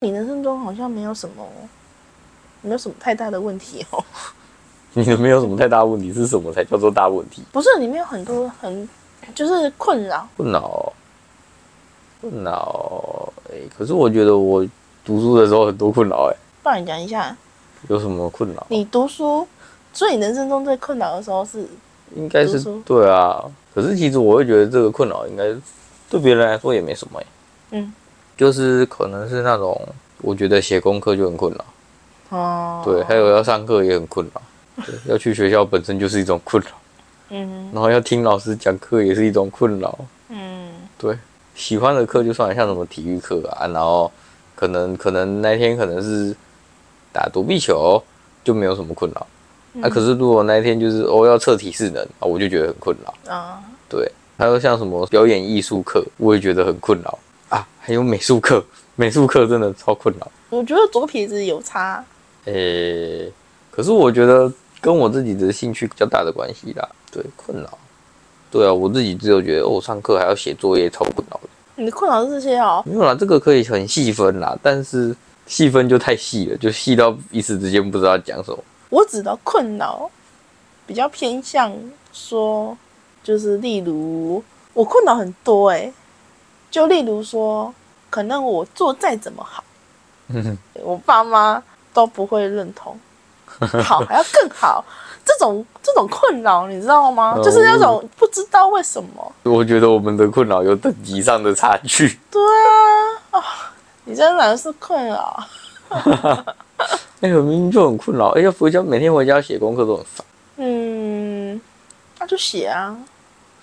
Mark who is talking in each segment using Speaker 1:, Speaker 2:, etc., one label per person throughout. Speaker 1: 你人生中好像没有什么，没有什么太大的问题哦。
Speaker 2: 你的没有什么太大问题，是什么才叫做大问题？
Speaker 1: 不是，里面有很多很就是困扰，
Speaker 2: 困扰，困扰，哎、可是我觉得我读书的时候很多困扰，哎，
Speaker 1: 帮你讲一下，
Speaker 2: 有什么困扰？
Speaker 1: 你读书，所以你人生中最困扰的时候是，
Speaker 2: 应该是
Speaker 1: 读书
Speaker 2: 对啊，可是其实我会觉得这个困扰应该对别人来说也没什么、欸，
Speaker 1: 嗯，
Speaker 2: 就是可能是那种我觉得写功课就很困扰，
Speaker 1: 哦，
Speaker 2: 对，还有要上课也很困扰，对，要去学校本身就是一种困扰，
Speaker 1: 嗯
Speaker 2: 然后要听老师讲课也是一种困扰，
Speaker 1: 嗯
Speaker 2: 对，喜欢的课就算了，像什么体育课啊，然后可能可能那天可能是打躲避球就没有什么困扰，那、可是如果那一天就是哦要测体适能啊，我就觉得很困扰。
Speaker 1: 啊，
Speaker 2: 对，还有像什么表演艺术课，我也觉得很困扰啊。还有美术课， 美术课真的超困扰。
Speaker 1: 我觉得左撇子有差，
Speaker 2: 诶、可是我觉得跟我自己的兴趣比较大的关系啦。对，困扰。对啊，我自己只有觉得哦，上课还要写作业，超困扰的。
Speaker 1: 你的困扰是这些哦，
Speaker 2: 没有啦，这个可以很细分啦，但是细分就太细了，就细到一时之间不知道讲什么。
Speaker 1: 我指的困扰比较偏向说，就是例如我困扰很多哎、就例如说，可能我做再怎么好，我爸妈都不会认同，好还要更好，这种这种困扰你知道吗？
Speaker 2: 哦
Speaker 1: 就是那种不知道为什么，
Speaker 2: 我觉得我们的困扰有等级上的差距。
Speaker 1: 对啊，啊，你真的是困扰，
Speaker 2: 哎、我明明就很困扰，哎、要回家每天回家写功课都很烦。
Speaker 1: 嗯，那就写啊，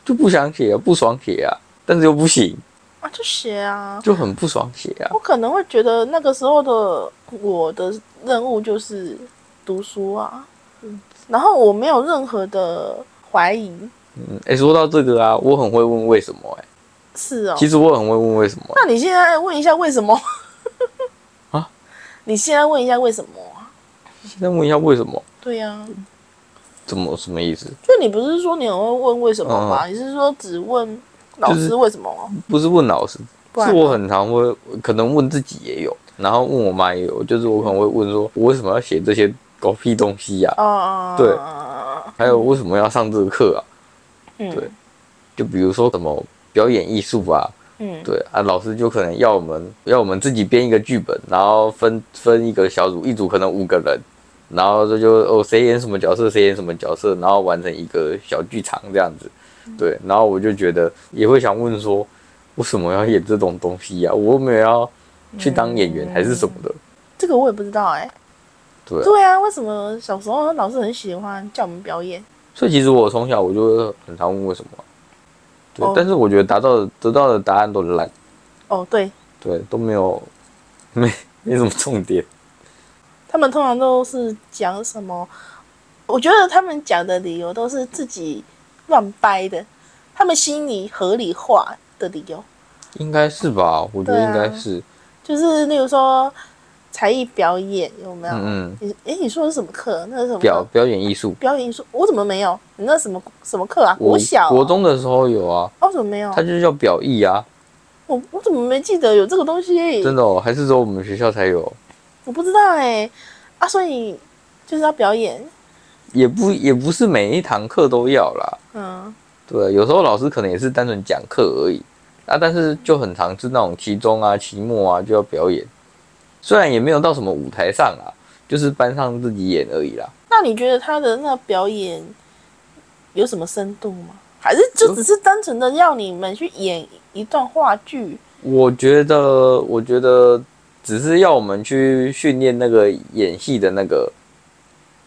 Speaker 2: 就不想写啊，不爽写啊，但是又不行，
Speaker 1: 那就写啊，
Speaker 2: 就很不爽写 啊。
Speaker 1: 我可能会觉得那个时候的我的任务就是读书啊，然后我没有任何的怀疑，
Speaker 2: 嗯，哎、说到这个啊，我很会问为什么、欸，
Speaker 1: 是哦。
Speaker 2: 其实我很会问为什么、欸
Speaker 1: 那你现在问一下为什么？
Speaker 2: 啊？
Speaker 1: 你现在问一下为什么啊？
Speaker 2: 现在问一下为什么，
Speaker 1: 对呀、
Speaker 2: 怎么什么意思？
Speaker 1: 就你不是说你很会问为什么吗？你是说只问老
Speaker 2: 嗯就
Speaker 1: 师
Speaker 2: 是
Speaker 1: 为什么吗？
Speaker 2: 不是问老师，
Speaker 1: 不然
Speaker 2: 是
Speaker 1: 呢
Speaker 2: 我很常会，可能问自己也有，然后问我妈也有，就是我可能会问说，我为什么要写这些狗屁东西呀、啊？
Speaker 1: 啊、
Speaker 2: 对还有为什么要上这个课啊？
Speaker 1: 嗯，
Speaker 2: 对就比如说什么表演艺术啊，
Speaker 1: 嗯，
Speaker 2: 对啊，老师就可能要我们要我们自己编一个剧本，然后分分一个小组，一组可能五个人，然后这就哦谁演什么角色，谁演什么角色，然后完成一个小剧场这样子。对，然后我就觉得也会想问说，为什么要演这种东西呀、我又没有要去当演员还是什么的。
Speaker 1: 这个我也不知道哎、
Speaker 2: 对啊、
Speaker 1: 对啊，为什么小时候老师很喜欢叫我们表演？
Speaker 2: 所以其实我从小我就很常问为什么啊。对，
Speaker 1: 哦
Speaker 2: 但是我觉得达到的得到的答案都很烂，
Speaker 1: 哦，对，
Speaker 2: 对，都没有没没什么重点。
Speaker 1: 他们通常都是讲什么？我觉得他们讲的理由都是自己乱掰的，他们心里合理化的理由，
Speaker 2: 应该是吧，我觉得
Speaker 1: 对啊
Speaker 2: 应该是，
Speaker 1: 就是例如说才艺表演有没有？
Speaker 2: 嗯嗯，
Speaker 1: 你哎、你说的是什么课？那是什么课
Speaker 2: 表表演艺术，
Speaker 1: 表演？你说我怎么没有？你那什么什么课啊？
Speaker 2: 我
Speaker 1: 国小、啊、
Speaker 2: 国中的时候有啊，
Speaker 1: 哦，我怎么没有
Speaker 2: 它？就叫表艺啊，
Speaker 1: 我我怎么没记得有这个东西？
Speaker 2: 真的哦，还是说我们学校才有？
Speaker 1: 我不知道哎、啊，所以就是要表演，
Speaker 2: 也不也不是每一堂课都要啦，
Speaker 1: 嗯
Speaker 2: 对，有时候老师可能也是单纯讲课而已啊，但是就很常是那种期中啊、期末啊就要表演，虽然也没有到什么舞台上啊，就是班上自己演而已啦。
Speaker 1: 那你觉得他的那个表演有什么深度吗？还是就只是单纯的要你们去演一段话剧？
Speaker 2: 我觉得，我觉得只是要我们去训练那个演戏的那个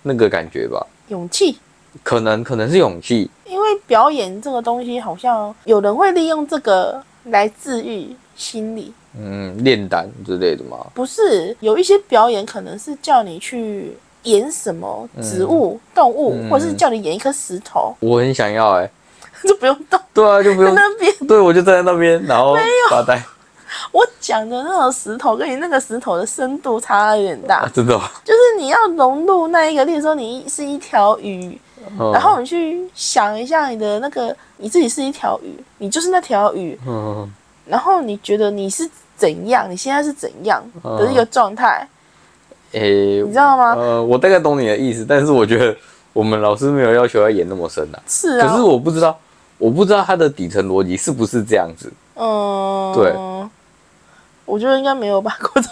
Speaker 2: 那个感觉吧。
Speaker 1: 勇气，
Speaker 2: 可能可能是勇气，
Speaker 1: 因为表演这个东西，好像有人会利用这个来治愈心理，
Speaker 2: 嗯，炼丹之类的嘛。
Speaker 1: 不是有一些表演可能是叫你去演什么植物、动物，
Speaker 2: 嗯
Speaker 1: 或是叫你演一颗石头，
Speaker 2: 我很想要哎、
Speaker 1: 就不用动
Speaker 2: 对啊，就不用，
Speaker 1: 那边。
Speaker 2: 对我就站在那边，然后发呆
Speaker 1: 我讲的那种石头跟你那个石头的深度差有点大
Speaker 2: 啊，，真的哦。
Speaker 1: 就是你要融入那一个，例如说你是一条鱼，
Speaker 2: 嗯
Speaker 1: 然后你去想一下你的那个你自己是一条鱼，你就是那条鱼，
Speaker 2: 嗯，
Speaker 1: 然后你觉得你是怎样，你现在是怎样
Speaker 2: 嗯
Speaker 1: 的一个状态，
Speaker 2: 诶、
Speaker 1: 你知道吗？
Speaker 2: 呃，我大概懂你的意思，但是我觉得我们老师没有要求要演那么深啊。
Speaker 1: 是啊，
Speaker 2: 可是我不知道，我不知道他的底层逻辑是不是这样子。
Speaker 1: 嗯，
Speaker 2: 对，
Speaker 1: 我觉得应该没有吧，国中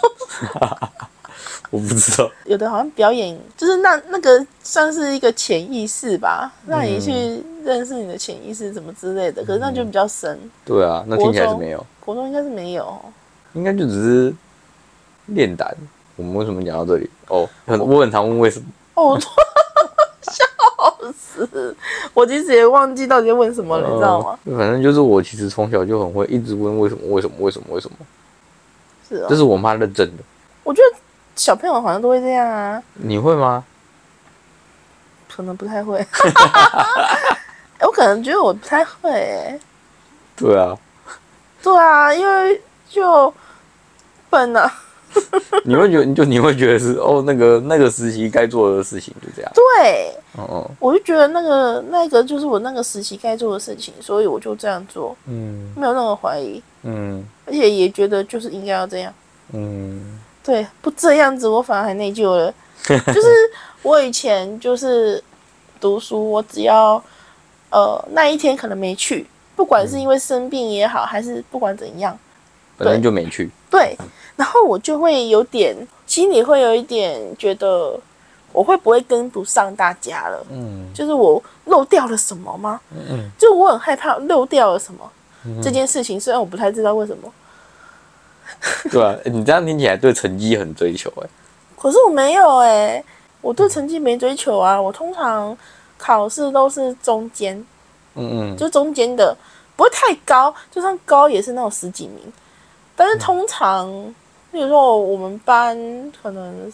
Speaker 2: 我不知道，
Speaker 1: 有的好像表演就是那那个算是一个潜意识吧，
Speaker 2: 嗯
Speaker 1: 让你去认识你的潜意识怎么之类的，可是那就比较深，
Speaker 2: 对啊，那听起来是没有，
Speaker 1: 国中应该是没有。
Speaker 2: 应该就只是练胆。我们为什么讲到这里？哦，很我很常问为什么，
Speaker 1: 哦，我笑死！我其实也忘记到底在问什么了，你知道吗？
Speaker 2: 呃？反正就是我其实从小就很会一直问为什么，为什么，为什么，为什么，
Speaker 1: 是哦
Speaker 2: 这，是我妈认证的。
Speaker 1: 我觉得小朋友好像都会这样啊，
Speaker 2: 你会吗？
Speaker 1: 可能不太会。 欸我可能觉得我不太会、欸，
Speaker 2: 对啊，
Speaker 1: 对啊，因为就笨啊，
Speaker 2: 你会觉得 就你会觉得是哦，那个那个时期该做的事情就这样。
Speaker 1: 对，
Speaker 2: 哦，
Speaker 1: 我就觉得那个那个就是我那个时期该做的事情，所以我就这样做，
Speaker 2: 嗯
Speaker 1: 没有任何怀疑，
Speaker 2: 嗯
Speaker 1: 而且也觉得就是应该要这样。
Speaker 2: 嗯
Speaker 1: 对，不这样子，我反而还内疚 了。就是我以前就是读书，我只要呃那一天可能没去，不管是因为生病也好，还是不管怎样，
Speaker 2: 本来就没去。
Speaker 1: 对，然后我就会有点心里会有一点觉得我会不会跟不上大家了？
Speaker 2: 嗯
Speaker 1: 就是我漏掉了什么吗？
Speaker 2: 嗯
Speaker 1: 就我很害怕漏掉了什么、
Speaker 2: 嗯
Speaker 1: 这件事情，虽然我不太知道为什么，
Speaker 2: 对啊，你这样听起来对成绩很追求哎、
Speaker 1: 可是我没有哎、我对成绩没追求啊，我通常考试都是中间，
Speaker 2: 嗯嗯，
Speaker 1: 就中间的，不会太高，就算高也是那种十几名。但
Speaker 2: 嗯
Speaker 1: 是通常，比如说我们班可能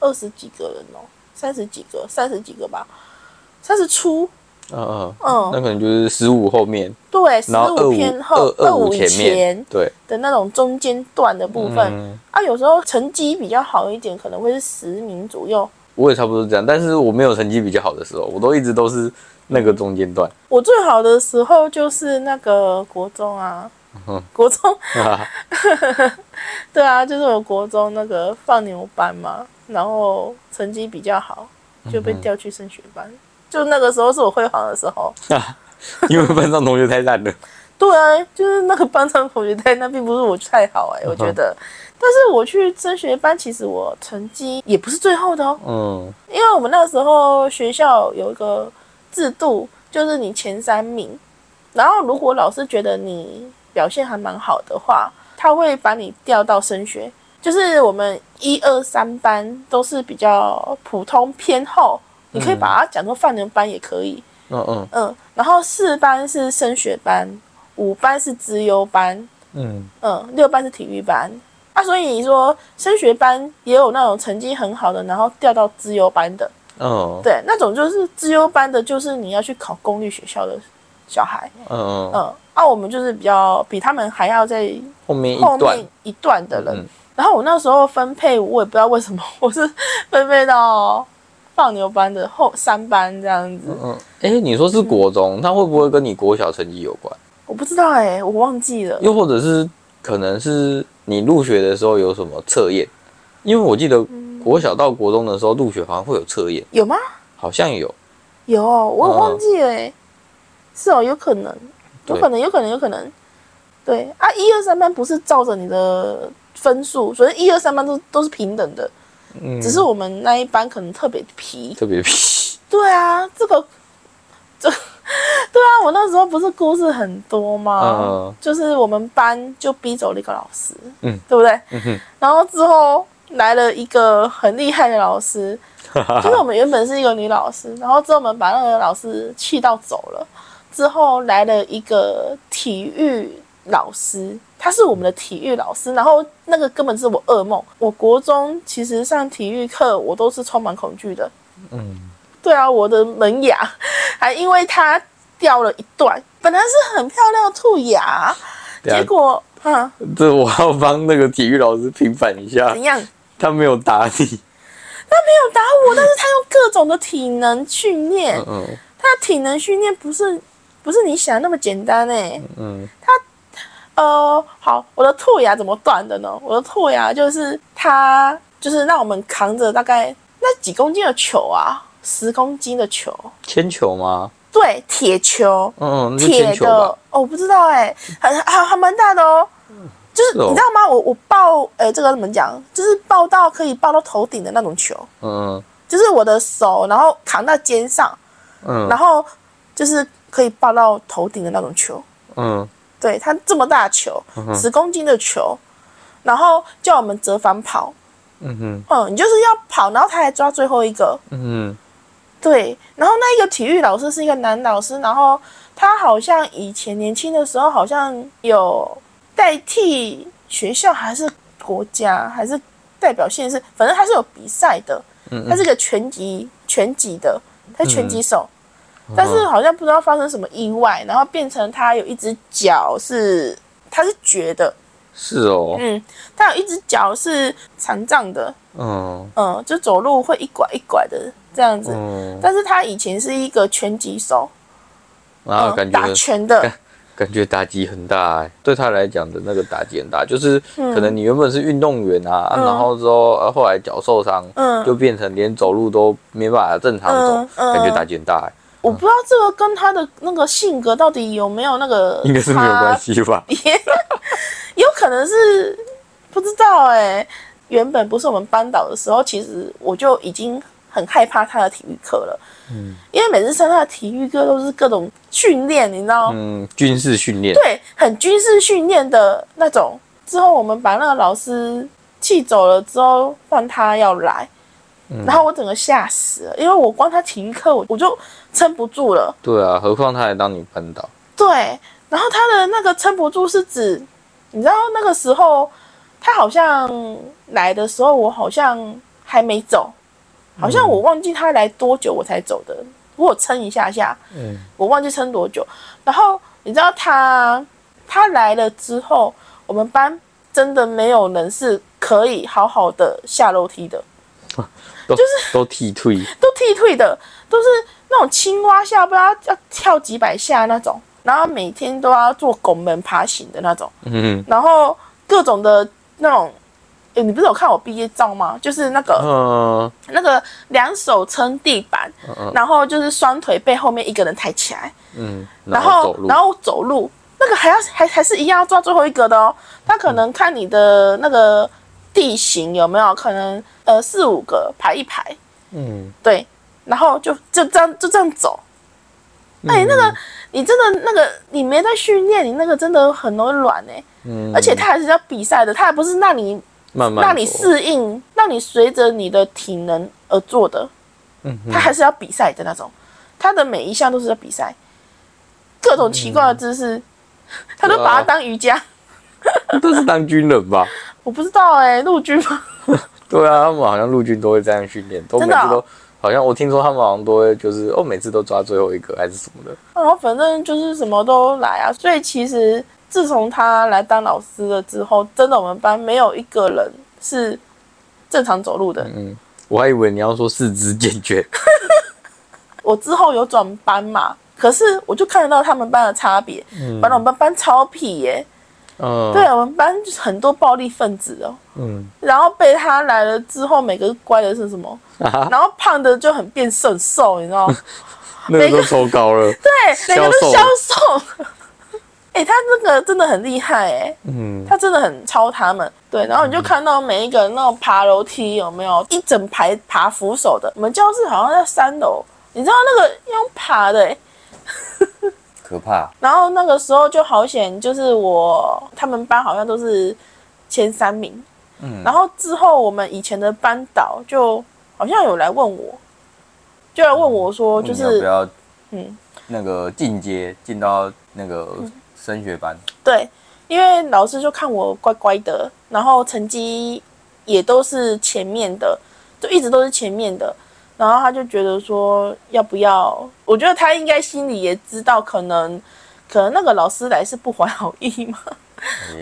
Speaker 1: 二十几个人哦、三十几个，三十几个吧，三十出，
Speaker 2: 嗯嗯，
Speaker 1: 嗯
Speaker 2: 那可能就是十五后面，
Speaker 1: 对，十
Speaker 2: 然后二
Speaker 1: 五
Speaker 2: 五
Speaker 1: 偏后
Speaker 2: 二、二
Speaker 1: 五
Speaker 2: 五
Speaker 1: 以
Speaker 2: 前面，对，
Speaker 1: 的那种中间段的部分。
Speaker 2: 嗯
Speaker 1: 啊，有时候成绩比较好一点，可能会是十名左右。
Speaker 2: 我也差不多这样，但是我没有成绩比较好的时候，我都一直都是那个中间段，
Speaker 1: 我最好的时候就是那个国中啊，
Speaker 2: 哼
Speaker 1: 国中
Speaker 2: 哈哈
Speaker 1: 对啊，就是我国中那个放牛班嘛，然后成绩比较好，就被调去升学班。就那个时候是我辉煌的时候，
Speaker 2: 因为班上同学太烂了，
Speaker 1: 对啊，就是那个班上同学在那，并不是我太好哎、我觉得。但是我去升学班，其实我成绩也不是最后的哦，
Speaker 2: 嗯
Speaker 1: 因为我们那时候学校有一个制度，就是你前三名，然后如果老师觉得你表现还蛮好的话，他会把你调到升学。就是我们一二三班都是比较普通偏后，你可以把它讲作放牛班也可以，
Speaker 2: 嗯嗯
Speaker 1: 嗯。然后四班是升学班，五班是资优班，
Speaker 2: 嗯
Speaker 1: 嗯，六班是体育班。啊，所以你说升学班也有那种成绩很好的，然后调到资优班的，
Speaker 2: 嗯
Speaker 1: 对，那种就是资优班的，就是你要去考公立学校的小孩，
Speaker 2: 嗯嗯，
Speaker 1: 嗯，啊，我们就是比较比他们还要在
Speaker 2: 后面一
Speaker 1: 后
Speaker 2: 段
Speaker 1: 面一段的人。
Speaker 2: 嗯
Speaker 1: 然后我那时候分配，我也不知道为什么， 我是分配到放牛班的后三班这样子，
Speaker 2: 嗯，哎、你说是国中，那会不会跟你国小成绩有关？
Speaker 1: 我不知道哎、我忘记了。
Speaker 2: 又或者是可能是你入学的时候有什么测验？因为我记得国小到国中的时候入学好像会有测验，
Speaker 1: 有吗？
Speaker 2: 好像有。
Speaker 1: 有，我
Speaker 2: 嗯
Speaker 1: 忘记了、欸。是哦，有可能，有
Speaker 2: 对
Speaker 1: 可能，有可能，有可能。对啊，一二三班不是照着你的分数，所以一二三班都都是平等的。
Speaker 2: 嗯，
Speaker 1: 只是我们那一班可能特别皮。
Speaker 2: 特别皮。
Speaker 1: 对啊，这个，这， 对啊，我那时候不是故事很多吗？
Speaker 2: 嗯
Speaker 1: 就是我们班就逼走了一个老师，
Speaker 2: 嗯，
Speaker 1: 对不对？
Speaker 2: 嗯哼，
Speaker 1: 然后之后来了一个很厉害的老师， 就是我们原本是一个女老师，然后之后我们把那个老师气到走了，之后来了一个体育老师，他是我们的体育老师，然后那个根本是我噩梦。我国中其实上体育课我都是充满恐惧的，
Speaker 2: 嗯
Speaker 1: 对啊，我的门牙还因为它掉了一段，本来是很漂亮的兔牙，
Speaker 2: 对啊
Speaker 1: 结果啊
Speaker 2: 这我要帮那个体育老师平反一下
Speaker 1: 怎，样？
Speaker 2: 他没有打你。
Speaker 1: 没有打我，但是他用各种的体能训练，
Speaker 2: 嗯嗯
Speaker 1: 他的体能训练不是不是你想的那么简单哎、
Speaker 2: 嗯，
Speaker 1: 呃，好，我的兔牙怎么断的呢？我的兔牙就是它，就是让我们扛着大概那几公斤的球啊，十公斤的球，
Speaker 3: 铅球吗？
Speaker 1: 对，铁球，
Speaker 3: 嗯，那就铅
Speaker 1: 铁
Speaker 3: 球
Speaker 1: 的
Speaker 3: 吧
Speaker 1: 哦，。我不知道哎、很很很蛮大的哦。就是
Speaker 3: 是哦
Speaker 1: 你知道吗？我我抱呃，这个怎么讲？就是抱到可以抱到头顶的那种球，
Speaker 3: 嗯
Speaker 1: 就是我的手，然后扛到肩上，然
Speaker 3: 嗯
Speaker 1: 后就是可以抱到头顶的那种球。
Speaker 3: 嗯
Speaker 1: 对，它这么大的球，十公斤的球，然后叫我们折返跑。
Speaker 3: 嗯哼
Speaker 1: 嗯，你就是要跑，然后他还抓最后一个。
Speaker 3: 嗯哼
Speaker 1: 对，然后那一个体育老师是一个男老师，然后他好像以前年轻的时候好像有代替学校还是国家还是代表县市，反正他是有比赛的。
Speaker 3: 嗯
Speaker 1: 他是个拳击拳击的，他是拳击手，
Speaker 3: 哦
Speaker 1: 但是好像不知道发生什么意外，然后变成他有一只脚是他是瘸的，
Speaker 3: 是哦，
Speaker 1: 嗯，他有一只脚是残障的，
Speaker 3: 嗯
Speaker 1: 嗯，就走路会一拐一拐的这样子。
Speaker 3: 嗯，
Speaker 1: 但是他以前是一个拳击手，
Speaker 3: 然后
Speaker 1: 嗯
Speaker 3: 啊感觉
Speaker 1: 打拳的，
Speaker 3: 感觉打击很大、欸，对他来讲的那个打击很大，就是可能你原本是运动员啊，啊
Speaker 1: 嗯
Speaker 3: 然后之后、啊、后来脚受伤，
Speaker 1: 嗯
Speaker 3: 就变成连走路都没办法正常走，
Speaker 1: 嗯嗯
Speaker 3: 感觉打击很大、欸，
Speaker 1: 我不知道这个跟他的那个性格到底有没有那个
Speaker 3: 应该是没有关系吧？
Speaker 1: 有可能是不知道哎、原本不是我们班导的时候，其实我就已经很害怕他的体育课了。嗯，因为每次上他的体育课都是各种训练，你知道，
Speaker 3: 嗯，军事训练，
Speaker 1: 对，很军事训练的那种。之后我们把那个老师气走了之后，换他要来，然后我整个吓死了，因为我光他体育课我我就撑不住了。
Speaker 3: 对啊，何况他还当你班导，
Speaker 1: 对，然后他的那个撑不住是指，你知道那个时候他好像来的时候，我好像还没走，好像我忘记他来多久我才走的，我有撑一下下，
Speaker 3: 嗯
Speaker 1: 我忘记撑多久。然后你知道他他来了之后，我们班真的没有人是可以好好的下楼梯的，
Speaker 3: 都就是都踢退，
Speaker 1: 都踢退的，都是那种青蛙下，不知道要跳几百下那种，然后每天都要做拱门爬行的那种，
Speaker 3: 嗯
Speaker 1: 然后各种的那种，诶你不是有看我毕业照吗？就是那个、
Speaker 3: 嗯
Speaker 1: 那个两手撑地板，然后就是双腿被后面一个人抬起来，
Speaker 3: 嗯，
Speaker 1: 然
Speaker 3: 后
Speaker 1: 后
Speaker 3: 走路
Speaker 1: 然，后走路，那个还要还还是一样要抓最后一个的哦。他可能看你的那个地形有没有可能，呃，四五个排一排，
Speaker 3: 嗯，
Speaker 1: 对，然后就就这样就这样走。哎、
Speaker 3: 嗯
Speaker 1: 那个你真的那个你没在训练，你那个真的很容易软哎、
Speaker 3: 嗯
Speaker 1: 而且他还是要比赛的，他还不是让你
Speaker 3: 慢慢
Speaker 1: 让你
Speaker 3: 走，
Speaker 1: 适应，让你随着你的体能而做的，
Speaker 3: 嗯哼
Speaker 1: 他还是要比赛的那种，他的每一项都是要比赛，各种奇
Speaker 3: 嗯
Speaker 1: 怪的姿势，他都
Speaker 3: 啊
Speaker 1: 把它当瑜伽，
Speaker 3: 都是 当军人吧？
Speaker 1: 我不知道哎、陆军吗？
Speaker 3: 对啊，他们好像陆军都会这样训练，都每
Speaker 1: 真
Speaker 3: 次
Speaker 1: 的哦
Speaker 3: 都、好像我听说他们好像都会就是哦，每次都抓最后一个还是什么的。
Speaker 1: 然后反正就是什么都来啊，所以其实自从他来当老师了之后，真的我们班没有一个人是正常走路的。
Speaker 3: 嗯我还以为你要说四肢健全，
Speaker 1: 我之后有转班嘛，可是我就看得到他们班的差别。反正我们班超痞耶、
Speaker 3: 嗯，
Speaker 1: 对，我们班就是很多暴力分子哦。
Speaker 3: 嗯，
Speaker 1: 然后被他来了之后，每个乖的是什么？
Speaker 3: 啊，
Speaker 1: 然后胖的就很变瘦瘦，你知 道吗？
Speaker 3: 那个都抽高了，
Speaker 1: 对，每个都
Speaker 3: 销售
Speaker 1: 消瘦。 哎、他那个真的很厉害哎、
Speaker 3: 嗯
Speaker 1: 他真的很超他们，对，然后你就看到每一个人那种爬楼梯有没有一整排爬扶手的，我们教室好像在三楼，你知道那个用爬的、欸，
Speaker 3: 可怕，
Speaker 1: 然后那个时候就好险，就是我他们班好像都是前三名，
Speaker 3: 嗯
Speaker 1: 然后之后我们以前的班导就好像有来问我，就来问我说，就是
Speaker 3: 要
Speaker 1: 嗯
Speaker 3: 那个进阶进到那个升学班，
Speaker 1: 对，因为老师就看我乖乖的，然后成绩也都是前面的，就一直都是前面的。然后他就觉得说，要不要？我觉得他应该心里也知道，可能可能那个老师来是不怀好意嘛。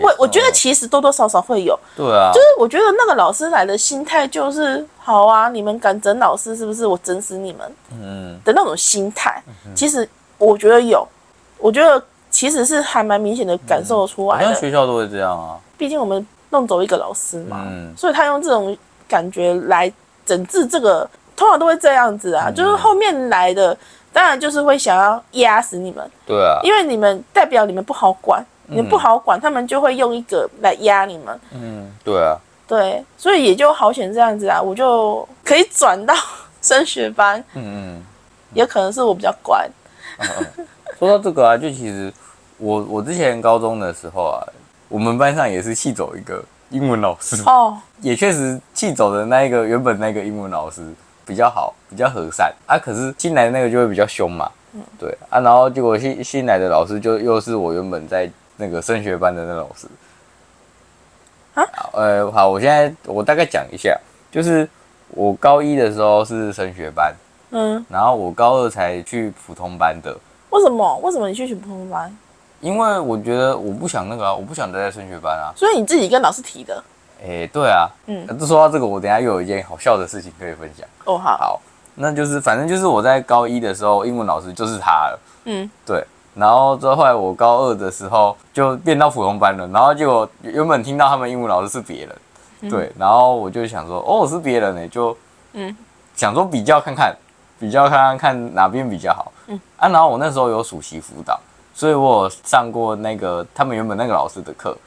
Speaker 1: 我我
Speaker 3: 哦
Speaker 1: 觉得其实多多少少会有，
Speaker 3: 对啊，
Speaker 1: 就是我觉得那个老师来的心态就是，好啊，你们敢整老师是不是？我整死你们。
Speaker 3: 嗯
Speaker 2: 嗯
Speaker 1: 的那种心态，其实我觉得有，我觉得其实是还蛮明显的感受出
Speaker 2: 嗯好
Speaker 1: 来
Speaker 2: 像
Speaker 1: 的。
Speaker 2: 学校都会这样啊。
Speaker 1: 毕竟我们弄走一个老师嘛，
Speaker 2: 嗯，
Speaker 1: 所以他用这种感觉来整治这个，通常都会这样子
Speaker 2: 嗯
Speaker 1: 啊，就是后面来的。当然就是会想要压死你们，
Speaker 2: 对啊，
Speaker 1: 因为你们代表你们不好管，你们不好管，他们就会用一个来压你们。
Speaker 2: 嗯，对啊，
Speaker 1: 对，所以也就好险这样子啊，我就可以转到 升学班，
Speaker 2: 嗯嗯
Speaker 1: 也可能是我比较乖。
Speaker 2: 说到这个啊，就其实我我之前高中的时候啊，我们班上也是气走一个英文老师，
Speaker 1: 哦，
Speaker 2: 也确实气走的那一个原本那个英文老师比较好，比较和善啊，可是新来的那个就会比较凶嘛，对啊，然后结果新新来的老师就又是我原本在那个升学班的那老师，
Speaker 1: 啊
Speaker 2: 好，呃，好，我现在我大概讲一下，就是我高一的时候是升学班，
Speaker 1: 嗯，
Speaker 2: 然后我高二才去普通班的，
Speaker 1: 为什么？为什么你去学普通班？
Speaker 2: 因为我觉得我不想那个啊，我不想待在升学班啊。
Speaker 1: 所以你自己跟老师提的。
Speaker 2: 诶，对啊，
Speaker 1: 嗯
Speaker 2: 呃说到这个，我等一下又有一件好笑的事情可以分享。
Speaker 1: 哦，好，
Speaker 2: 好，那就是反正就是我在高一的时候，英文老师就是他了，
Speaker 1: 嗯，
Speaker 2: 对。然后之后后来我高二的时候就变到普通班了，然后结果原本听到他们英文老师是别人，对，然后我就想说，哦，是别人呢、就
Speaker 1: 嗯
Speaker 2: 想说比较看看，比较看看看哪边比较好，嗯啊，然后我那时候有暑期辅导，所以我有上过那个他们原本那个老师的课，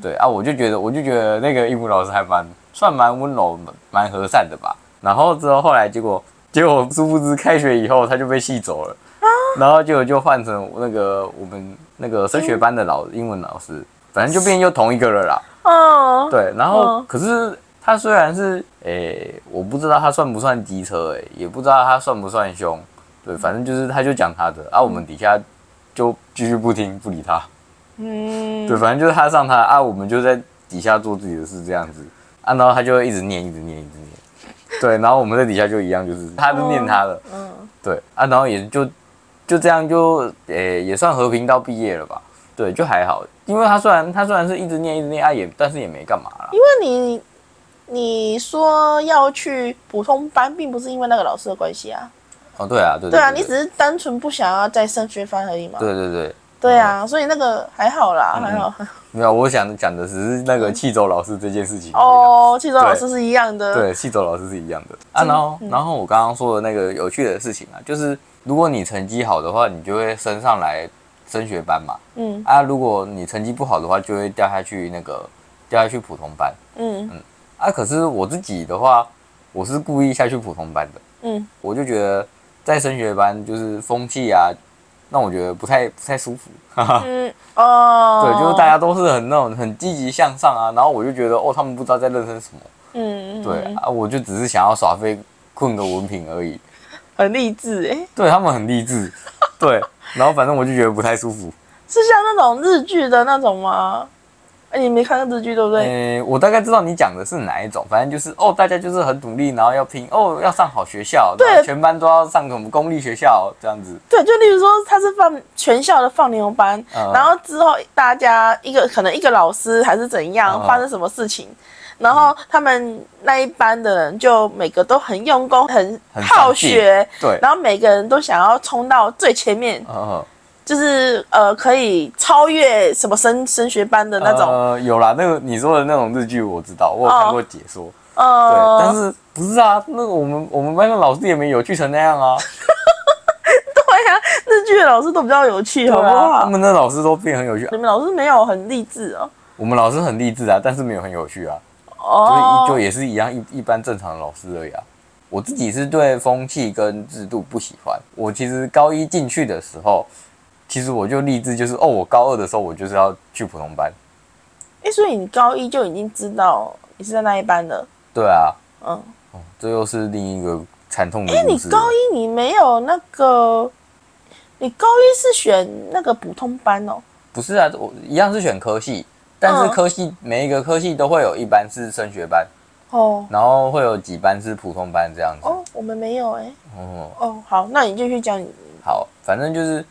Speaker 2: 对啊，我就觉得我就觉得那个英文老师还蛮算蛮温柔、蛮蛮和善的吧。然后之后后来结果结果殊不知开学以后他就被系走了， 然后结果就换成那个我们那个升学班的老英文老师，反正就变又同一个了啦。
Speaker 1: 哦，
Speaker 2: 对，然后
Speaker 1: 嗯
Speaker 2: 可是他虽然是诶、我不知道他算不算机车、诶，也不知道他算不算凶，对，反正就是他就讲他的，啊，我们底下就继续不听不理他。
Speaker 1: 嗯，
Speaker 2: 对，反正就是他上他啊，我们就在底下做自己的事这样子啊，然后他就会一直念，一直念，一直念。 对，然后我们在底下就一样，就是他就念他的，
Speaker 1: 嗯，
Speaker 2: 对啊，然后也就就这样就诶、也算和平到毕业了吧，对，就还好，因为他虽然他虽然是一直念一直念啊也，但是也没干嘛啦，
Speaker 1: 因为你你说要去普通班，并不是因为那个老师的关系啊。
Speaker 2: 哦，对啊，对
Speaker 1: 对啊，
Speaker 2: 对
Speaker 1: 你只是单纯不想要再升学班而已嘛。
Speaker 2: 对对对，嗯
Speaker 1: 对啊，所以那个还好啦，还好。
Speaker 2: 没有，我想讲的只是那个气走老师这件事情而已
Speaker 1: 嗯
Speaker 2: 啊，
Speaker 1: 哦，其实老师是一样的。，嗯
Speaker 2: 对，系走老师是一样的啊。然后，然后我刚刚说的那个有趣的事情啊，就是如果你成绩好的话，你就会升上来升学班嘛。
Speaker 1: 嗯
Speaker 2: 啊，如果你成绩不好的话，就会掉下去那个掉下去普通班
Speaker 1: 嗯
Speaker 2: 啊。可是我自己的话，我是故意下去普通班的，
Speaker 1: 嗯，
Speaker 2: 我就觉得在升学班就是风气啊，让我觉得不太不太舒服。哈哈。
Speaker 1: 嗯哦，
Speaker 2: 对，就是大家都是很那种很积极向上啊，然后我就觉得哦，他们不知道在认真什么。
Speaker 1: 嗯，嗯
Speaker 2: 对、
Speaker 1: 嗯
Speaker 2: 啊，我就只是想要耍飞混个文凭而已。
Speaker 1: 很励志哎，
Speaker 2: 对他们很 励志，对。然后反正我就觉得不太舒服。
Speaker 1: 是像那种日剧的那种吗？哎，你没看过日剧对不对？
Speaker 2: 呃，我大概知道你讲的是哪一种，反正就是哦，大家就是很努力，然后要拼哦，要上好学校，
Speaker 1: 对
Speaker 2: 然后全班都要上什么公立学校这样子。
Speaker 1: 对，就例如说他是放全校的放牛班，
Speaker 2: 嗯
Speaker 1: 然后之后大家一个可能一个老师还是怎样、
Speaker 2: 嗯
Speaker 1: 发生什么事情，然后他们那一班的人就每个都很用功，很
Speaker 2: 很
Speaker 1: 好
Speaker 2: 上进
Speaker 1: 学，
Speaker 2: 对，
Speaker 1: 然后每个人都想要冲到最前面，
Speaker 2: 嗯
Speaker 1: 就是呃可以超越什么升升学班的那种，啊
Speaker 2: 呃，有啦，那个你说的那种日剧我知道，我有看过解说。对，
Speaker 1: 呃，
Speaker 2: 但是不是啊？那个我们我们班的老师也没有趣成那样啊，
Speaker 1: 对呀、日剧的老师都比较 有趣，好不
Speaker 2: 对啊
Speaker 1: 好？
Speaker 2: 他们的老师都变很有趣，
Speaker 1: 你们老师没有很励志哦，
Speaker 2: 我们老师很励志啊，但是没有很有趣啊。
Speaker 1: 哦，
Speaker 2: 就是一就也是一样一一般正常的老师而已啊。我自己是对风气跟制度不喜欢。我其实高一进去的时候，其实我就立志就是哦，我高二的时候我就是要去普通班。
Speaker 1: 哎、所以你高一就已经知道你是在那一班了，
Speaker 2: 对啊，
Speaker 1: 嗯，
Speaker 2: 这又是另一个惨痛的
Speaker 1: 哎、
Speaker 2: 故
Speaker 1: 你
Speaker 2: 事。
Speaker 1: 高一你没有那个，你高一是选那个普通班哦，
Speaker 2: 不是啊，我一样是选科系，但
Speaker 1: 嗯
Speaker 2: 是科系、每一个科系都会有一班是升学班，
Speaker 1: 哦
Speaker 2: 然后会有几班是普通班这样子。
Speaker 1: 哦，我们没有哎、
Speaker 2: 哦
Speaker 1: 哦，好，那你继续讲你，
Speaker 2: 好，反正就是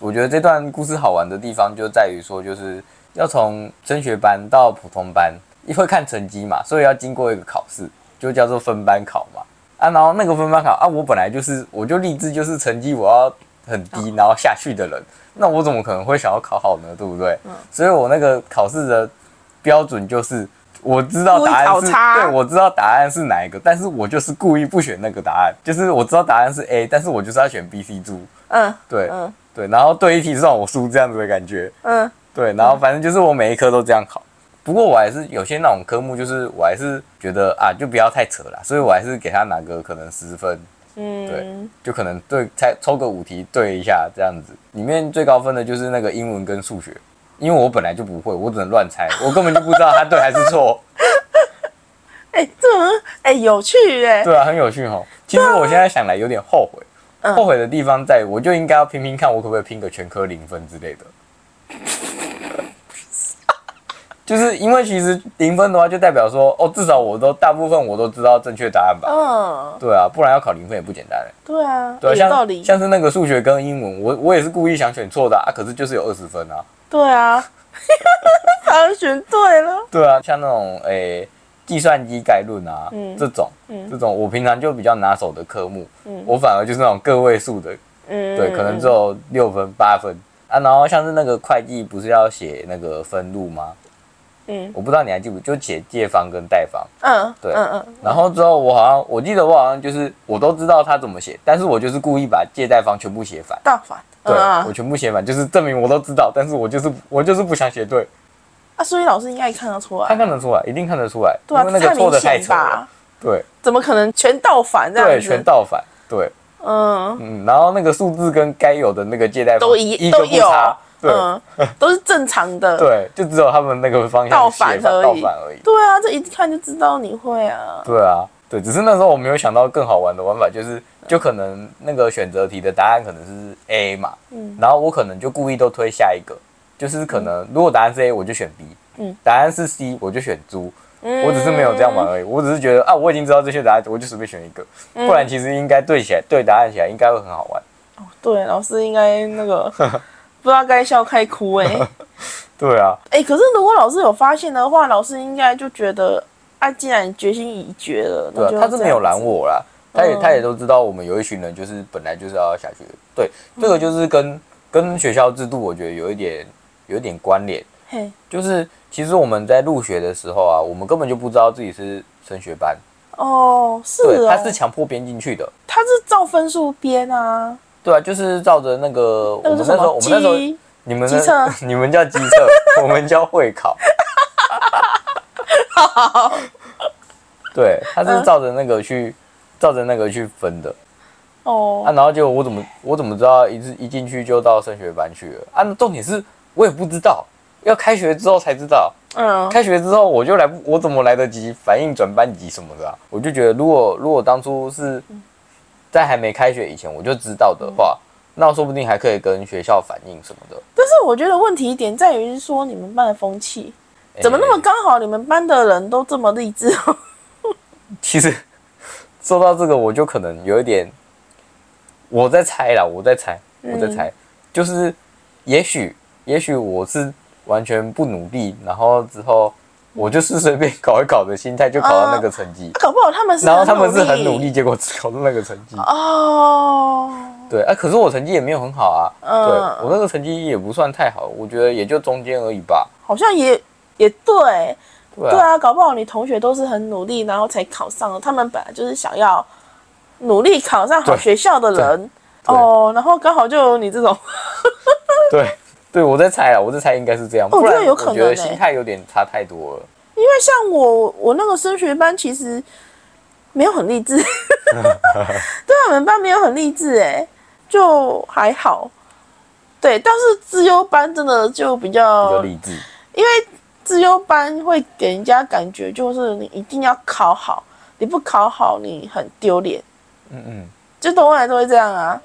Speaker 2: 我觉得这段故事好玩的地方就在于说，就是要从升学班到普通班，因为看成绩嘛，所以要经过一个考试，就叫做分班考嘛。啊，然后那个分班考啊，我本来就是我就立志就是成绩我要很低，然后下去的人，那我怎么可能会想要考好呢？对不对？
Speaker 1: 嗯
Speaker 2: 所以我那个考试的标准就是我知道答
Speaker 1: 故
Speaker 2: 案
Speaker 1: 意
Speaker 2: 是
Speaker 1: 考差
Speaker 2: 对，我知道答案是哪一个，但是我就是故意不选那个答案，就是我知道答案是 A，但是我就是要选 B、C、D，
Speaker 1: 嗯
Speaker 2: 对、
Speaker 1: 嗯
Speaker 2: 对，然后对一题算我输这样子的感觉，
Speaker 1: 嗯，
Speaker 2: 对，然后反正就是我每一科都这样考。不过我还是有些那种科目，就是我还是觉得啊，就不要太扯了，所以我还是给他拿个可能十分，
Speaker 1: 嗯，
Speaker 2: 就可能对才抽个五题对一下这样子。里面最高分的就是那个英文跟数学，因为我本来就不会，我只能乱猜，我根本就不知道他对还是错。
Speaker 1: 哎、这种哎、有趣哎、
Speaker 2: 对啊，很有趣哦。其实我现在想来有点后悔，
Speaker 1: 嗯
Speaker 2: 后悔的地方在于我就应该要拼拼看，我可不可以拼个全科零分之类的。 就是因为其实零分的话，就代表说哦，至少我都大部分我都知道正确答案吧。
Speaker 1: 嗯，
Speaker 2: 对啊，不然要考零分也不简单欸
Speaker 1: 对啊，
Speaker 2: 对啊，
Speaker 1: 有道理
Speaker 2: 像，像是那个数学跟英文，我我也是故意想选错的啊，可是就是有二十分啊。
Speaker 1: 对啊， 反而选对了，
Speaker 2: 对啊，像那种诶计算机概论啊、
Speaker 1: 嗯
Speaker 2: 这种，
Speaker 1: 嗯
Speaker 2: 这种我平常就比较拿手的科目，
Speaker 1: 嗯
Speaker 2: 我反而就是那种个位数的，
Speaker 1: 嗯，
Speaker 2: 对，可能只有六分八分啊。然后像是那个会计不是要写那个分录吗？
Speaker 1: 嗯
Speaker 2: 我不知道你还记不，就写借方跟贷方。
Speaker 1: 嗯，
Speaker 2: 对
Speaker 1: 嗯嗯
Speaker 2: 然后之后我好像我记得我好像就是我都知道他怎么写，但是我就是故意把借贷方全部写反。
Speaker 1: 大反，
Speaker 2: 对，
Speaker 1: 嗯啊
Speaker 2: 我全部写反，就是证明我都知道，但是我就是我就是不想写对，
Speaker 1: 啊，所以老师应该也看得出
Speaker 2: 他
Speaker 1: 来，
Speaker 2: 看得出来，一定看得出来，
Speaker 1: 对啊，
Speaker 2: 因为那个
Speaker 1: 太
Speaker 2: 错
Speaker 1: 明
Speaker 2: 的太
Speaker 1: 显
Speaker 2: 扯了
Speaker 1: 吧，，
Speaker 2: 对
Speaker 1: 怎么可能全倒反这样
Speaker 2: 对，
Speaker 1: 子？
Speaker 2: 全倒反，对，
Speaker 1: 嗯，
Speaker 2: 嗯，然后那个数字跟该有的那个借贷方
Speaker 1: 都一
Speaker 2: 个
Speaker 1: 都
Speaker 2: 不
Speaker 1: 有
Speaker 2: 差，，对、
Speaker 1: 嗯，都是正常 的，
Speaker 2: 对，就只有他们那个方向
Speaker 1: 倒反
Speaker 2: 写法
Speaker 1: 而已
Speaker 2: 倒反而已，
Speaker 1: 对啊，这一看就知道你会啊，
Speaker 2: 对啊，对，只是那时候我没有想到更好玩的玩法，就是就可能那个选择题的答案可能是 A 嘛，
Speaker 1: 嗯
Speaker 2: 然后我可能就故意都推下一个，就是可能如果答案是 A 我就选 B，
Speaker 1: 嗯
Speaker 2: 答案是 C 我就选猪，
Speaker 1: 嗯
Speaker 2: 我只是没有这样玩而已，我只是觉得啊我已经知道这些答案，我就随便选一个，
Speaker 1: 嗯
Speaker 2: 不然其实应该对起来对答案起来应该会很好玩，
Speaker 1: 对，老师应该那 个不知道该笑该哭哎、欸、
Speaker 2: 对啊，
Speaker 1: 哎、可是如果老师有发现的话，老师应该就觉得啊，既然决心已决了，
Speaker 2: 对
Speaker 1: 那
Speaker 2: 啊
Speaker 1: 就，要
Speaker 2: 他是没有
Speaker 1: 这样
Speaker 2: 拦
Speaker 1: 子。
Speaker 2: 我啦，他也
Speaker 1: 嗯
Speaker 2: 他也都知道我们有一群人就是本来就是要下去的，对，这个就是
Speaker 1: 嗯
Speaker 2: 跟跟学校制度我觉得有一点有一点关联，
Speaker 1: 嘿，
Speaker 2: 就是其实我们在入学的时候啊，我们根本就不知道自己是升学班，
Speaker 1: 哦，是
Speaker 2: 对，
Speaker 1: 哦，
Speaker 2: 他是强迫编进去的，
Speaker 1: 他是照分数编啊，
Speaker 2: 对啊，就是照着那个我
Speaker 1: 那
Speaker 2: 们
Speaker 1: 个是
Speaker 2: 那时
Speaker 1: 什
Speaker 2: 候
Speaker 1: 么
Speaker 2: 我们那时候
Speaker 1: 鸡？
Speaker 2: 你们
Speaker 1: 机
Speaker 2: 那
Speaker 1: 测
Speaker 2: 你们叫机测，我们叫 会考，对，他是照着那个去照着那个去分的。啊，
Speaker 1: 哦，
Speaker 2: 然后结果我怎么我怎么知道一进一进去就到升学班去了啊？重点是我也不知道，要开学之后才知道。
Speaker 1: 嗯，
Speaker 2: 开学之后我就来不，我怎么来得及反应转班级什么的啊？我就觉得，如果如果当初是在还没开学以前我就知道的话，那说不定还可以跟学校反映什么的。
Speaker 1: 但是我觉得问题点在于是说你们班的风气怎么那么
Speaker 2: 诶
Speaker 1: 刚好，你们班的人都这么励志哦。
Speaker 2: 其实 说到这个，我就可能有一点，我在猜啦，我在猜，
Speaker 1: 嗯
Speaker 2: 我在猜，就是也许，也许我是完全不努力，然后之后我就是随便搞一搞的心态就考到那个成绩，
Speaker 1: 搞不好他哦们是
Speaker 2: 然后他们是很努力，结果只考到那个成绩。
Speaker 1: 哦，
Speaker 2: 对啊，可是我成绩也没有很好啊，
Speaker 1: 嗯
Speaker 2: 对我那个成绩也不算太好，我觉得也就中间而已吧。
Speaker 1: 好像也也对，
Speaker 2: 对
Speaker 1: 对
Speaker 2: 啊，
Speaker 1: 啊，搞不好你同学都是很努力，然后才考上的。他们本来就是想要努力考上好
Speaker 2: 对
Speaker 1: 学校的人
Speaker 2: 对
Speaker 1: 哦，然后刚好就有你这种，
Speaker 2: 对对，我在猜啊，我在猜应该是这样，
Speaker 1: 哦
Speaker 2: 不
Speaker 1: 这
Speaker 2: 然
Speaker 1: 个有可
Speaker 2: 我觉得
Speaker 1: 能欸
Speaker 2: 心态有点差太多了。
Speaker 1: 因为像我，我那个升学班其实没有很励 志，对啊，我们班没有很励志，哎，就还好。对，但是资优班真的就比
Speaker 2: 比较
Speaker 1: 较，
Speaker 2: 励志。
Speaker 1: 因为资优班会给人家感觉就是你一定要考好，你不考好你很丢脸。
Speaker 2: 嗯嗯，
Speaker 1: 就都来都会这样啊。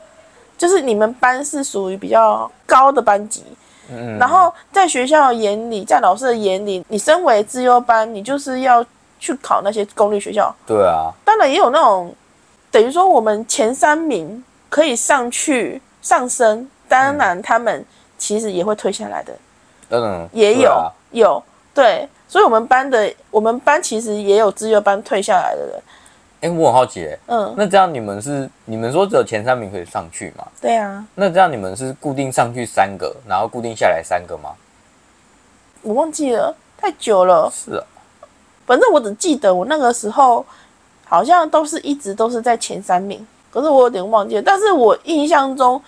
Speaker 1: 就是你们班是属于比较高的班级，
Speaker 2: 嗯嗯
Speaker 1: 然后在学校眼里，在老师的眼里，你身为资优班，你就是要去考那些公立学校。
Speaker 2: 对啊，
Speaker 1: 当然也有那种，等于说我们前三名可以上去上升，当然他们其实也会推下来的，
Speaker 2: 嗯，
Speaker 1: 也
Speaker 2: 对
Speaker 1: 有、
Speaker 2: 啊
Speaker 1: 有对，所以我们班的我们班其实也有资优班退下来的人，
Speaker 2: 哎、我很好奇、欸，
Speaker 1: 嗯，
Speaker 2: 那这样你们是你们说只有前三名可以上去吗？
Speaker 1: 对啊，
Speaker 2: 那这样你们是固定上去三个，然后固定下来三个吗？
Speaker 1: 我忘记了，太久了。
Speaker 2: 是 啊，
Speaker 1: 反正我只记得我那个时候好像都是一直都是在前三名，可是我有点忘记了。但是我印象中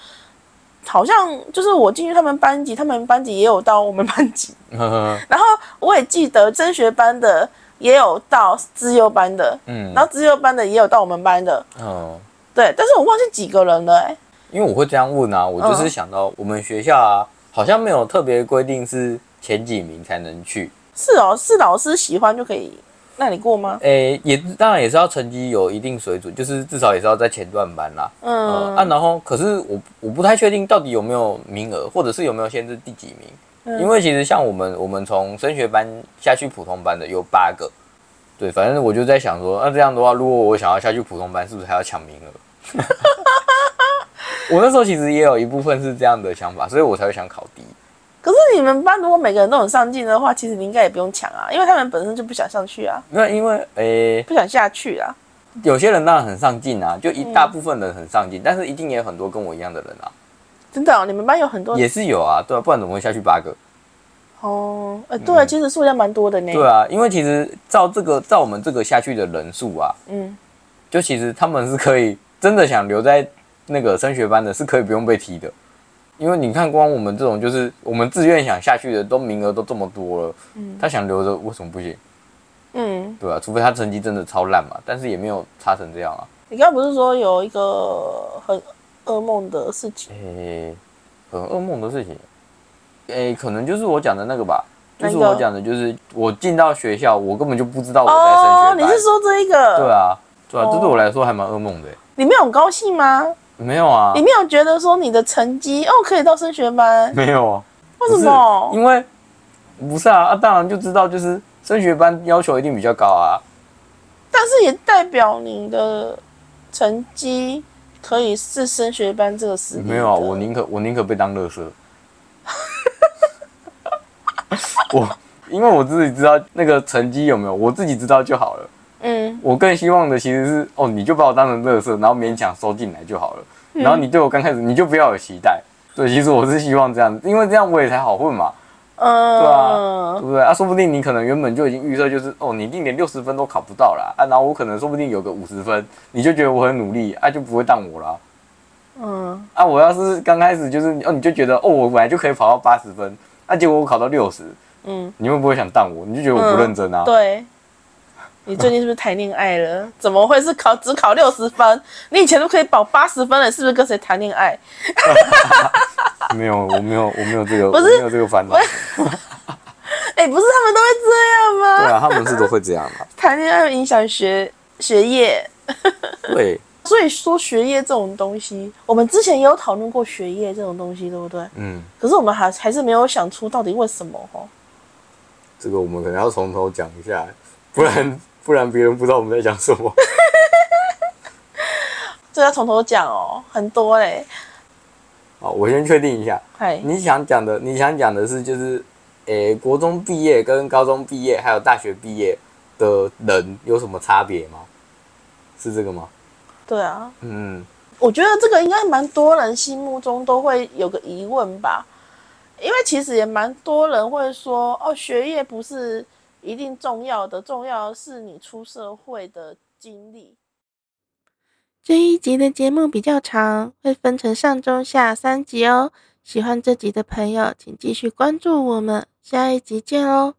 Speaker 1: 好像就是我进去他们班级，他们班级也有到我们班级，
Speaker 2: 呵呵
Speaker 1: 然后我也记得升学班的也有到资优班的，
Speaker 2: 嗯
Speaker 1: 然后资优班的也有到我们班的，
Speaker 2: 嗯，
Speaker 1: 对。但是我忘记几个人了、欸，
Speaker 2: 因为我会这样问
Speaker 1: 嗯
Speaker 2: 啊，我就是想到我们学校啊，好像没有特别规定是前几名才能去，
Speaker 1: 是哦，是老师喜欢就可以让你过吗？
Speaker 2: 诶、也当然也是要成绩有一定水准，就是至少也是要在前段班啦。
Speaker 1: 嗯
Speaker 2: 呃，啊，然后可是我我不太确定到底有没有名额，或者是有没有限制第几名，
Speaker 1: 嗯
Speaker 2: 因为其实像我们我们从升学班下去普通班的有八个，对，反正我就在想说，那、啊这样的话，如果我想要下去普通班，是不是还要抢名额？ 我那时候其实也有一部分是这样的想法，所以我才会想考第一。
Speaker 1: 可是你们班如果每个人都很上进的话，其实你应该也不用抢啊，因为他们本身就不想上去啊，
Speaker 2: 那因为诶、
Speaker 1: 不想下去啊。
Speaker 2: 有些人当然很上进啊，就
Speaker 1: 嗯
Speaker 2: 一大部分人很上进，但是一定也有很多跟我一样的人啊，
Speaker 1: 真的、哦，你们班有很多
Speaker 2: 也是有啊，对啊，不然怎么会下去八个？
Speaker 1: 哦，呃，对，其实数量蛮多的呢。
Speaker 2: 嗯对啊，因为其实照这个照我们这个下去的人数啊，
Speaker 1: 嗯，
Speaker 2: 就其实他们是可以真的想留在那个升学班的，是可以不用被踢的。因为你看，光我们这种就是我们自愿想下去的，都名额都这么多了，他想留着为什么不行？
Speaker 1: 嗯，
Speaker 2: 对啊，除非他成绩真的超烂嘛，但是也没有差成这样啊。
Speaker 1: 你刚刚不是说有一个很噩梦的事情？
Speaker 2: 诶、很噩梦的事情。诶、可能就是我讲的那个吧，就
Speaker 1: 哪一
Speaker 2: 是
Speaker 1: 个
Speaker 2: 我讲的，就是我进到学校，我根本就不知道我在升学
Speaker 1: 哦，
Speaker 2: 班。
Speaker 1: 你是说这一个？
Speaker 2: 对啊，对啊，
Speaker 1: 哦
Speaker 2: 这对我来说还蛮噩梦的欸。
Speaker 1: 你没有很高兴吗？
Speaker 2: 没有啊
Speaker 1: 你，没有觉得说你的成绩哦可以到升学班？
Speaker 2: 没有啊，
Speaker 1: 为
Speaker 2: 不
Speaker 1: 什
Speaker 2: 是
Speaker 1: 么？
Speaker 2: 因为不是啊，啊，当然就知道，就是升学班要求一定比较高啊。
Speaker 1: 但是也代表你的成绩可以是升学班这个实力的。
Speaker 2: 没有啊，我宁可我宁可被当乐色。 我因为我自己知道那个成绩有没有，我自己知道就好了。
Speaker 1: 嗯
Speaker 2: 我更希望的其实是，哦，你就把我当成乐色，然后勉强收进来就好了。
Speaker 1: 嗯
Speaker 2: 然后你对我刚开始你就不要有期待。对，其实我是希望这样，因为这样我也才好混嘛。
Speaker 1: 嗯，
Speaker 2: 对啊，对不对啊？说不定你可能原本就已经预测就是哦，你一定连六十分都考不到啦啊，然后我可能说不定有个五十分，你就觉得我很努力啊，就不会当我啦
Speaker 1: 嗯，
Speaker 2: 啊。我要是刚开始就是哦，你就觉得哦，我本来就可以跑到八十分，啊，结果我考到六十，
Speaker 1: 嗯，
Speaker 2: 你会不会想当我？你就觉得我不认真啊？
Speaker 1: 对。你最近是不是谈恋爱了？怎么会是考只考六十分？你以前都可以保八十分了，是不是跟谁谈恋爱？
Speaker 2: 没有，我没有，我没有这个，
Speaker 1: 不
Speaker 2: 我
Speaker 1: 是
Speaker 2: 没有这个烦恼。
Speaker 1: 哎、不是他们都会这样吗？
Speaker 2: 对啊，他们是都会这样 嘛。
Speaker 1: 谈恋爱影响学学业，
Speaker 2: 对，
Speaker 1: 所以说学业这种东西，我们之前也有讨论过学业这种东西，对不对？
Speaker 2: 嗯，
Speaker 1: 可是我们还还是没有想出到底为什么哦。
Speaker 2: 这个我们可能要从头讲一下，不然不然别人不知道我们在讲什么。
Speaker 1: 这要从头讲哦，很多嘞。哎
Speaker 2: 好，我先确定一下，
Speaker 1: 嗨，
Speaker 2: 你想讲的，你想讲的是就是，诶、国中毕业跟高中毕业还有大学毕业的人有什么差别吗？是这个吗？
Speaker 1: 对啊，
Speaker 2: 嗯，
Speaker 1: 我觉得这个应该蛮多人心目中都会有个疑问吧，因为其实也蛮多人会说，哦，学业不是一定重要的，重要的是你出社会的经历。这一集的节目比较长，会分成上中下三集哦。喜欢这集的朋友，请继续关注我们，下一集见哦，